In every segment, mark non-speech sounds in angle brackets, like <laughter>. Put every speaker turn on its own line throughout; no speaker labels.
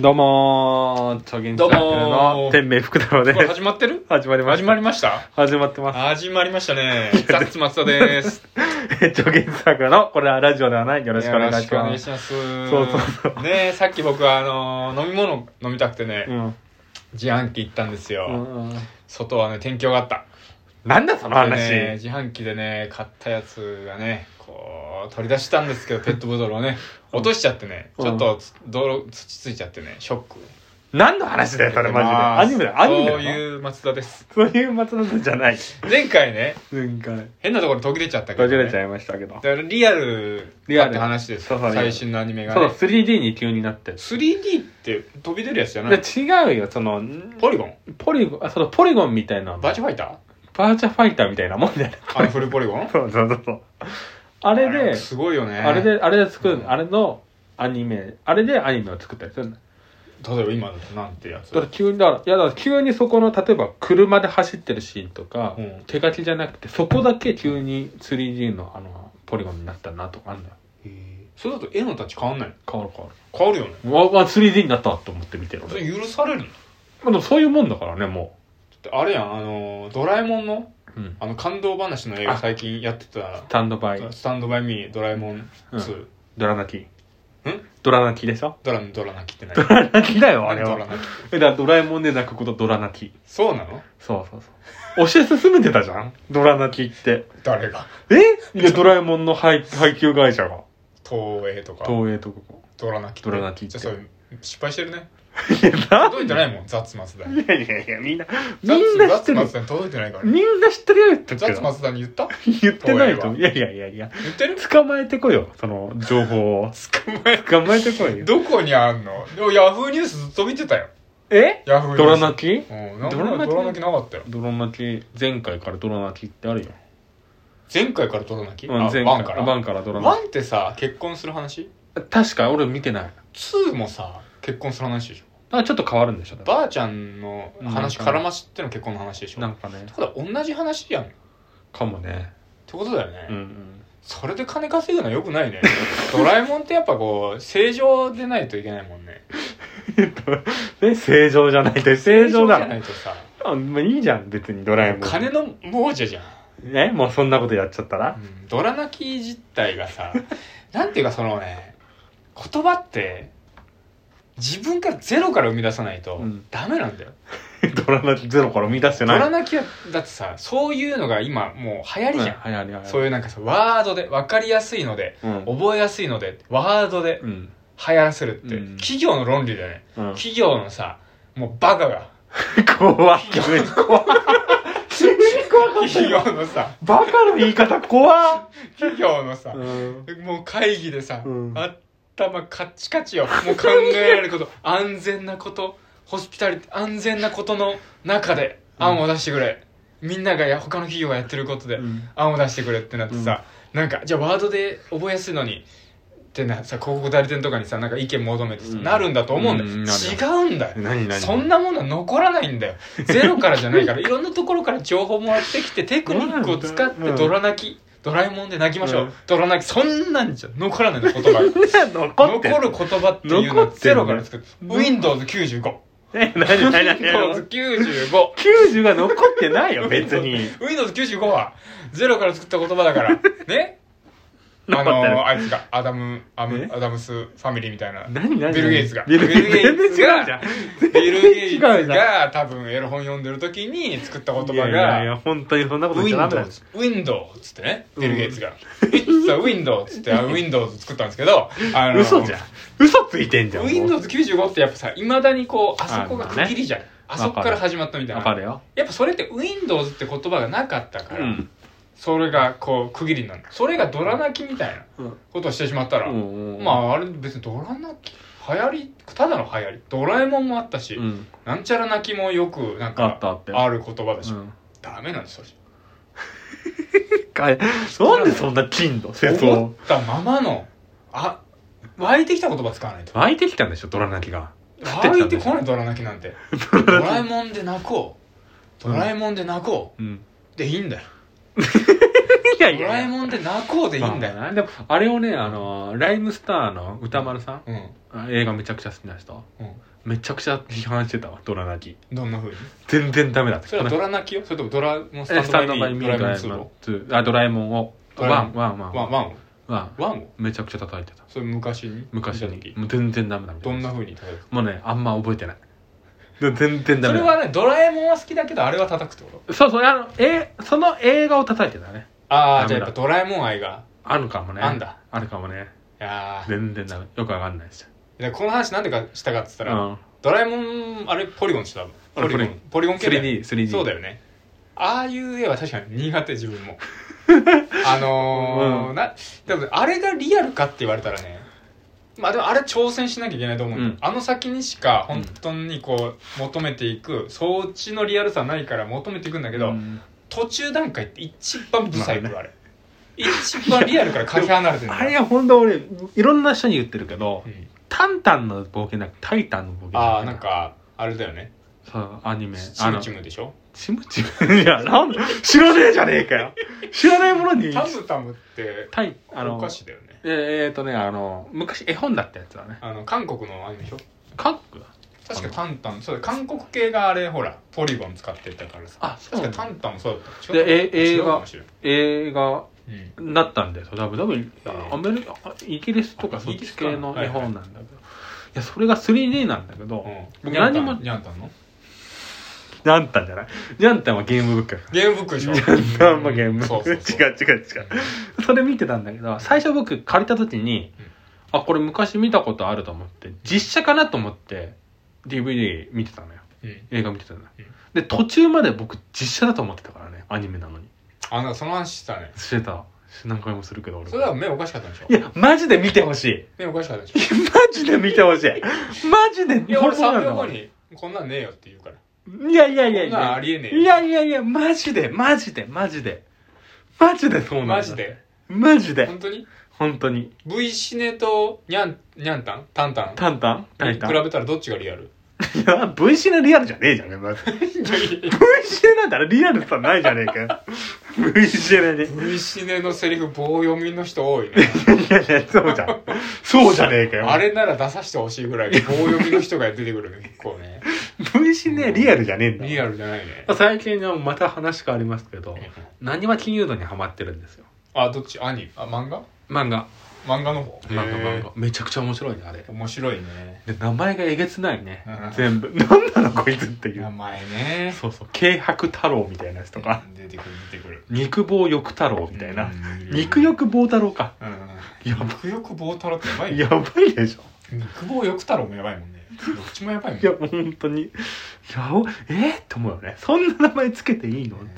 どうもー、超現実
どうもー
チャンネルの天命福太郎で
これ
す。
始まってる
始まりまし
始
た。
まりました
始まってま
始まり
<laughs>
ましたね。ザッツ松田です。
す。超現実桜の、これはラジオではない。よろしくお願いし
よ
ま
ろ
す。
くお願いします。
そうそうそう
ねえさっき僕はあのー飲み物飲みたくてね、
うん。
自販機行ったんですよ。
うんうん
外はね、天気良かった。
なんだその話。
でね自販機でね、買ったやつがね、こう、取り出したんですけど、ペットボトルをね、落としちゃってね、
うん
ちょっとつ泥、土ついちゃってね、ショック。
何の話だよ、それマジで。
まあ
アニメだよ、アニメだよ
そういう松田です。
そういう松田さんじゃない。
前回ね、
なんか、ね、
変なところ途切れちゃったけど、
閉
ね。
じれちゃいましたけど。
だからリアル
リアル
だって話です
そうそう
最新のアニメが
そう、
ね
3D に急になってる。
3D って飛び出るやつじゃない
で違うよ、その、
ポリゴン
ポリゴン、あそのポリゴンみたいな、
バ
バ
ーチャファ
<laughs>
イター
ーチャファイターみたいなもんだよね。
あのフルポリゴン
そうそうそうそう。あれ
あ
で、
すごいよね
あれで、あれで作る、
うん
あれのアニメ、あれでアニメを作ったりするんだ。
例えば今だとなんてやつ
だから急に、だから、いやだから急にそこの、例えば車で走ってるシーンとか、
うん
手書きじゃなくて、そこだけ急に 3D のあの、ポリゴンになったなとかあるんだよ。
へーそれだと絵のタッチ変わんないの
変わる変わる。
変わるよね
うわ、うわ 3D になったと思って見てる
そ
俺。
れ許されるのだ
まあでもそういうもんだからね、も
ってあれやんあのドラえもんの
う。うん。
あの感動話の映
あ
画最近やってた
スタンドバイ、
スタンドバイミードラえもん2、
ドラ泣き。
ん
ドラ泣きでしょ
ドラのドラ泣きって何
ドラ泣きだ <laughs> よ、あれ
ドラ
は。
泣き
え、だからドラえもんで泣くことドラ泣き。
そうなの
そうそうそう。推し進めてたじゃんドラ泣きって。
誰が
えで、ドラえもんの配配給会社が、
東映とか
東映とかが。
ドラ泣きって
ドラ泣きって
じゃあそれ失敗してるね
いや、な
届いてないもんザッツ松田に
いやいやいや、みんな、
ザ
みんな
ッ
知って
ツ
る
松。田に届いてないからね
みんな知ってるよ、言って
ザッ
ど。
ツ松田に言った
言ってないと思う。
東
いやいやいやいや。
言ってる
捕まえてこいよ、その情報を。捕まえてこいよ。
どこにあんのでもヤフーニュースずっと見てたよ
え
ヤフーニュース
ドラ泣き
うんなんか
ドラ泣き
ドラ泣きなかったよ
ドラ泣き、前回からドラ泣きってあるよ。
前回からドラ泣き
う
あ
ん、前
ワン
回
か
から。
ら
ワンからドラ
ワ
泣
ンってさ結婚する話
き。確か、俺見てない。
ツーもさ結婚する話でしょ
あ、ちょっと変わるんでしょ、
ばあちゃんの話
うんなんかね
絡ましっての結婚の話でしょ
な
っ
んかね
て。ことは同じ話やんって
かもね。
ことだよね
うんうん。
それで金稼ぐのはよくないね <laughs> ドラえもんってやっぱこう正常でないといけないもんね
<laughs> え、正常じゃないって、正常だ
じゃないとさ
あ、まあいいじゃん、別にドラえもん。
金の亡者じゃん、
えもうそんなことやっちゃったら <laughs>
うん、ドラ泣き実態がさ <laughs> なんていうかそのね言葉って自分からゼロから生み出さないと
うん
ダメなんだよ、
ドラ泣きゼロから生み出して
ド
ない。
ラ泣きはだってさそういうのが今もう流行りじゃん、
はいはいはいはい。
そう
い
いうなんかさワードで分かりやすいので
うん。
覚えやすいのでワードで
うん。
流行らせるって、
うん
企業の論理だよね
うん。
企業のさもうバカが
怖い。急に怖い。急に怖かった
企
よ。
業の
<laughs>
さ
バカの言い方怖っ。
企業のさ、
うん。
もう会議でさ、
うん
頭カッチカチよもう考えられること安全なことホスピタリティ安全なことの中で案を出してくれ、みんながや他の企業がやってることで
うん
案を出してくれってなってさ、なんかじゃあワードで覚えやすいのにってなさ広告代理店とかにさなんか意見求めてさ、
うん
なるんだと思うんだよ、
うんなる
違うんだよ
何何
そんなものは残らないんだよゼロからじゃないからいろんなところから情報もらってきてテクニックを使って
うん
ドラ泣き、ドラえもんで泣きましょう、
うん
ドラ泣きそんなんじゃ残らないの言葉が
残って
残る言葉っていうのは
残ってん
ゼ
の
ロから作る Windows95
え、何何何
Windows95
90が残ってないよ、別に。
Windows95 はゼロから作った言葉
<laughs>
だからねあ
残ってる
のあいつがアダムアム
え
アダムスファミリーみたいな
何何
ビル・ゲイツが
ビル・ゲイツ。全然違うじゃん。
ビル・ゲイ
<laughs>
ツ
違うじ
が多分エロ本読んでる時に作った言葉
いやいやい
が
や、本当にそんなこと言っちゃダメだよ。
Windows Windows つってね
うん
ビル・ゲイツが「It's a Windows」つって
<laughs>
あ Windows 作ったんですけどあの
嘘じゃん。嘘ついてんじゃん。もう
Windows95 ってやっぱさいまだにこうあそこが
あまあね
区切りじゃんあそこから始まったみたい
わか
な
るよ。
やっぱそれって Windows って言葉がなかった
う
から、
ん。
それがこう区切りになるそれがドラ泣きみたいな
うん
ことをしてしまったら、
うんうん
まああれ別にドラ泣き流行りただの流行りドラえもんもあったし、
うん。
なんちゃら泣きもよくなん
あっ
か
たあったよ。
ある言葉でしょ、
うん
ダメなんですよ
かえなんで <laughs> そんな金の
それ
説
思
を
ったままのあ湧いてきた言葉使
<laughs>
わないと
湧いてきたんでしょドラ泣きがってきたんだ
湧いてこないドラ泣きなん
<laughs>
てドラえもんで泣こうドラえもんで泣こ
うん
うでいいんだよ
やい
ドラえもんって泣こうでいいんだよな。
まあなでもあれをねあのライムスターの歌丸さん
うん。
あ映画めちゃくちゃ好きな人
うん。
めちゃくちゃ批判してたわドラ泣き
どんな風に
全然ダメだって
それはドラ泣きよそれともドラもス
え
タ
ス
ン
タ
ド
ンド
バ
バ
イ
イ
ミ
ミ
ー
ー
ド
ドラ
ラえ
え
も
も
ん
ん
2の
2あドラえもんを
ドラえ
ワ
もん
ンワンワン
ワンワンを
ワン
ワンを
めちゃくちゃ叩いてた
それ昔に
昔
見た時
にもう全然ダメだみた
ど
い
ん
な
な風に叩く
もうねあんま覚えてないで全然ダ
そ
メ
れ
だ
はねドラえもんは好きだけどあれは叩くってこと
そうそうあの、えその映画を叩いてたね
あ
ダメ
あ
だ
じゃあやっぱドラえもん愛が
あるかもね
あんだ
あるかもね
いやー
全然ダメよくわかんないですよ
でこの話なんでかしたかっつった
う
ら、
ん
ドラえもんあれポリゴンしたポ
俺
リゴンポリゴン系だよ
3D 3D
そうだよねああいう絵は確かに苦手自分 <laughs> もあのー
うん
なでもあれがリアルかって言われたらねまあでもあれ挑戦しなきゃいけないと思う、
うん
あの先にしか本当にこう求めていく装置のリアルさはないから求めていくんだけど、
うん
途中段階って一番ブサイクあれ、一番リアルからかけ離れてるんだ <laughs> よ
あれは本当俺いろんな人に言ってるけど
うん
「タンタンの冒険」なく「タイタンの冒険」
ああなんかあれだよね
そうアニメ
チ
あ
ム
の
チムでしょ
チムチム <laughs> いやなん知らねえじゃねえかよ知らないものに
タムタムって
タイあ
お
の
菓子だよね
ええーとねあの昔絵本だったやつだね
あの韓国のアニメでしょ
韓国だ
確かタンタンそうだ韓国系があれほらポリゴン使ってたからさ
あそうな
確か
んだ
タンタンもそうだった
でえ映
違うか
画
もしれない
映画
うん
になったんですよ多分多分
ー
アメリカイギリスとかそっち系の
あイギリスか
絵本なんだけどいやそれが 3D なんだけど
うん
僕何も
ニャンタンの
ジャンタンじゃないジャンタンはゲームブックだから
ゲームブックでしょ
ジャンタンはゲームブ
そう
ック
そうそう
違う違う違うそれ見てたんだけど最初僕借りた時に、あこれ昔見たことあると思って実写かなと思って DVD 見てたのよ
うん
映画見てたのよ、
うん
で途中まで僕実写だと思ってたからねアニメなのに
あなんかその話してたね
してた何回もするけど俺
それは目おかしかったんでしょ
いやマジで見てほしい
目おかしかったんでし
<laughs>
ょ
マジで見てほしいマジで
いや俺
本当
3
な
秒
の
後にこんなんねえよって言うから
いやいやいや
こん
い
なん
や
ありえねえよ
いやいやいやマジでマジでマジでマジでそうなんだ
マジで
マジで
本当に
本当に
V シネとニャンニャンタンタンタン
タンタンタイタン
比べたらどっちが
<laughs>
リアル
いや V シネリアルじゃねえじゃねえまず V シネなんだらリアルさないじゃねえかよ V シネに
V シネのセリフ棒読みの人
<laughs>
多いね
いやいやそうじゃんそうじゃねえかよ
あれなら出させてほしいぐらい棒読みの人が出てくるね結構
<laughs>
ね
V シネリアルじゃねえんだ
リアルじゃない
<laughs>
ね
最近はまた話変わりますけどなにわ金融道にハマってるんですよ
あどっちアニあ漫画
漫画
漫画の方
漫画
へ
漫
ー
画めちゃくちゃ面白いねあれ
面白いね
で名前がえげつないね
うん
全部 <laughs> なんなのこいつってい
名
う
前
<laughs>
ね
そうそう軽薄太郎みたいなやつとか
出てくる出てくる
肉棒翼太郎みたいな
うん
肉欲棒太郎か
うんうん
やば
肉欲棒太郎ってやばい
や
よ
ばいでしょ
肉棒欲太郎もやばいもんねどっちもやばいもん
いや本当にやばえっ、って思うよねそんな名前つけていいの
うんい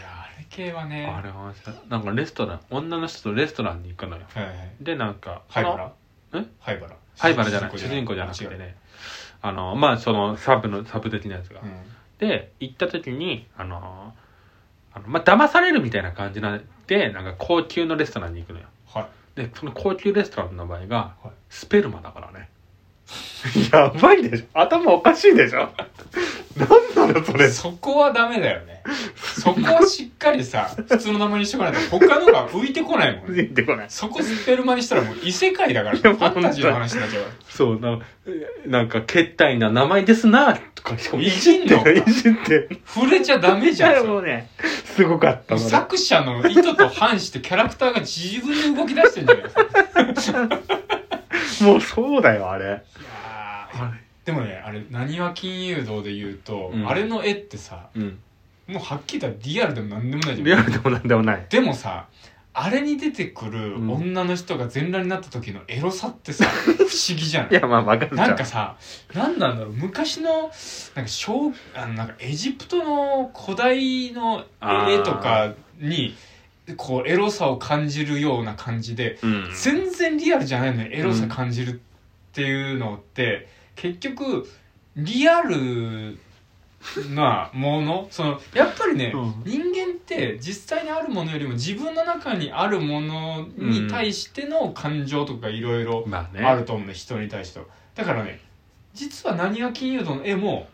やあれ系はね
あれはなんかレストラン女の人とレストランに行くのよ
はいはい
でなんか
灰
その
原
え
灰原
灰原じゃない主人公じゃなくてねあのまあそのサブのサブ的なやつが、
あ違ううん
で行った時にあのあのまあ騙されるみたいな感じなんでなんか高級のレストランに行くのよ
はい
でその高級レストランの場合が
はい
スペルマだからね <laughs> やばいでしょ頭おかしいでしょ <laughs> なんなのそれ
そこはダメだよね。そこはしっかりさ、普通の名前にしてこないと、他のが浮いてこないもん
出
ね。
てこない
そこスペルマにしたらもう異世界だから、
い
フ
や本
ァ
当
ン
に
タジーの話になっちゃうか
そうななんか「けったいな名前ですな」とかしかも
いじんの
いじって
ら。触れちゃダメじゃん。それ
もうねすごかった
も
の
う
ね
作者の意図と反してキャラクターが自分で動き出してんじゃないですか。い
もうそうだよあれ
やーでもね、あれ、なにわ金融道で言うと、
うん
あれの絵ってさ、
うん
もうはっきり言ったらリアルでもなんでもないじゃん。
リアルでもなんでもない
でもさあれに出てくる女の人が全裸になった時のエロさ
<laughs>
ってさ、不思議じゃない
いやまあわかるじゃん
なんかさ何なんだろう昔のなんか小あのなんかエジプトの古代の絵とかにこうエロさを感じるような感じで
うん
全然リアルじゃないのにエロさ感じるっていうのって、結局リアルなものそのやっぱりね、
うん
人間って実際にあるものよりも自分の中にあるものに対しての感情とかいろいろ
まあね
あると思うね人に対してはだからね実は何が金融道の絵も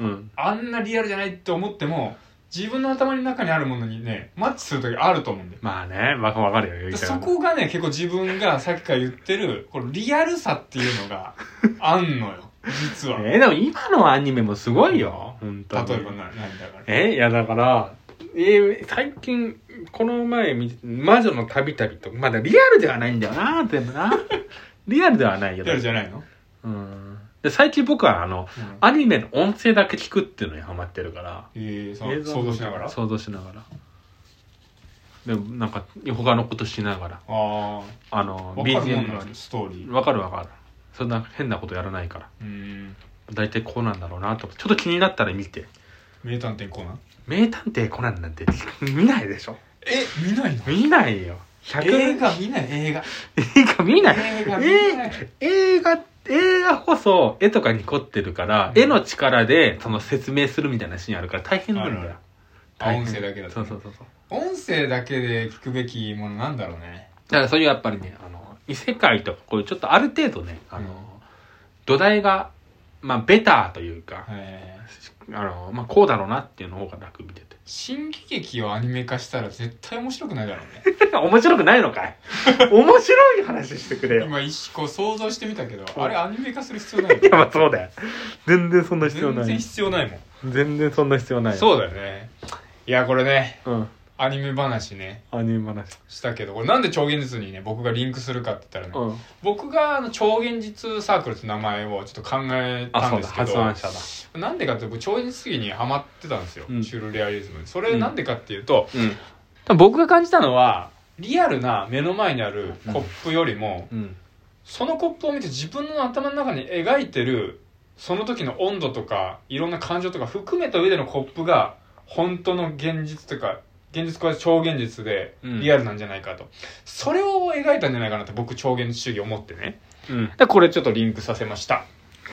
うん
あんなリアルじゃないって思っても自分の頭の中にあるものにねマッチする時あると思うんだよ
まあね、わかわかるよ、言い
で
たいこ
そ
と
こがね結構自分がさっきから言ってるこのリアルさっていう
<laughs>
のがあんのよ実は例え
えーでも今のアニメもすごいよ、本当
ば
に。
な何だから
えいやだから、えー最近、この前見、魔女の旅々と、まだリアルではないんだよな、でも
<laughs>
な。リアルではないよ。
リアルじゃないの、
うん。で、最近僕はあの、
うん
アニメの音声だけ聞くっていうのにハマってるから。
えー、そ
映
の
像
想像しながらあ
想像しながら。でもなんか、他のことしながら。
あ
あの、
分かるもん
BGM
なのストーリー
わかるわかる。そんな変なことやらないから。
うーん
大体こうなんだろうなと。ちょっと気になったら見て。
名探偵コナン
名探偵コナンなんて <laughs> 見ないでしょ
え見ないの
見ないよ。
映
100
画見ない映画
映画見ない。
映画見ない
え映画、映画こそ絵とかに凝ってるから、絵の力でその説明するみたいなシーンあるから大変なん
あ
だ
るあ
よ
る。あ
大変
音声だけだと
そうそうそうそう。
音声だけで聞くべきものなんだろうね
だからそういうやっぱりね、あの、異世界とか、こういうちょっとある程度ね、あの、
うん
土台が、まあ、ベターというか、
えー
あの、まあ、こうだろうなっていうの方が楽見てて。
新喜劇をアニメ化したら絶対面白くないだろうね
面白くないのか <laughs> い面白い話してくれよ。
今一個想像してみたけどあれアニメ化する必要ない
いや、まあそうだよ。全然そんな必要
全
な
然
い。
必要ないもん
全然そんな必要ない。
そうだよねいやこれね
う。うん。
アニメ話ね
アニメ話。
したけどこれなんで超現実にね僕がリンクするかって言ったらね
うん。
僕があの超現実サークルって名前をちょっと考え
あ、
たん
そう
で
だ。
すけ
発
ど
案者だ。
なんでかって僕超現実主義にハマってたんですよ、
うん
シュールレアリズムにそれなんでかっていうと、
うん。
多分僕が感じたのはリアルな目の前にあるコップよりも、
うん。
そのコップを見て自分の頭の中に描いてるその時の温度とかいろんな感情とか含めた上でのコップが本当の現実というか現実これは超現実で
うん
リアルなんじゃないかと、それを描いたんじゃないかなって僕超現実主義思ってね
うん。
だからこれちょっとリンクさせました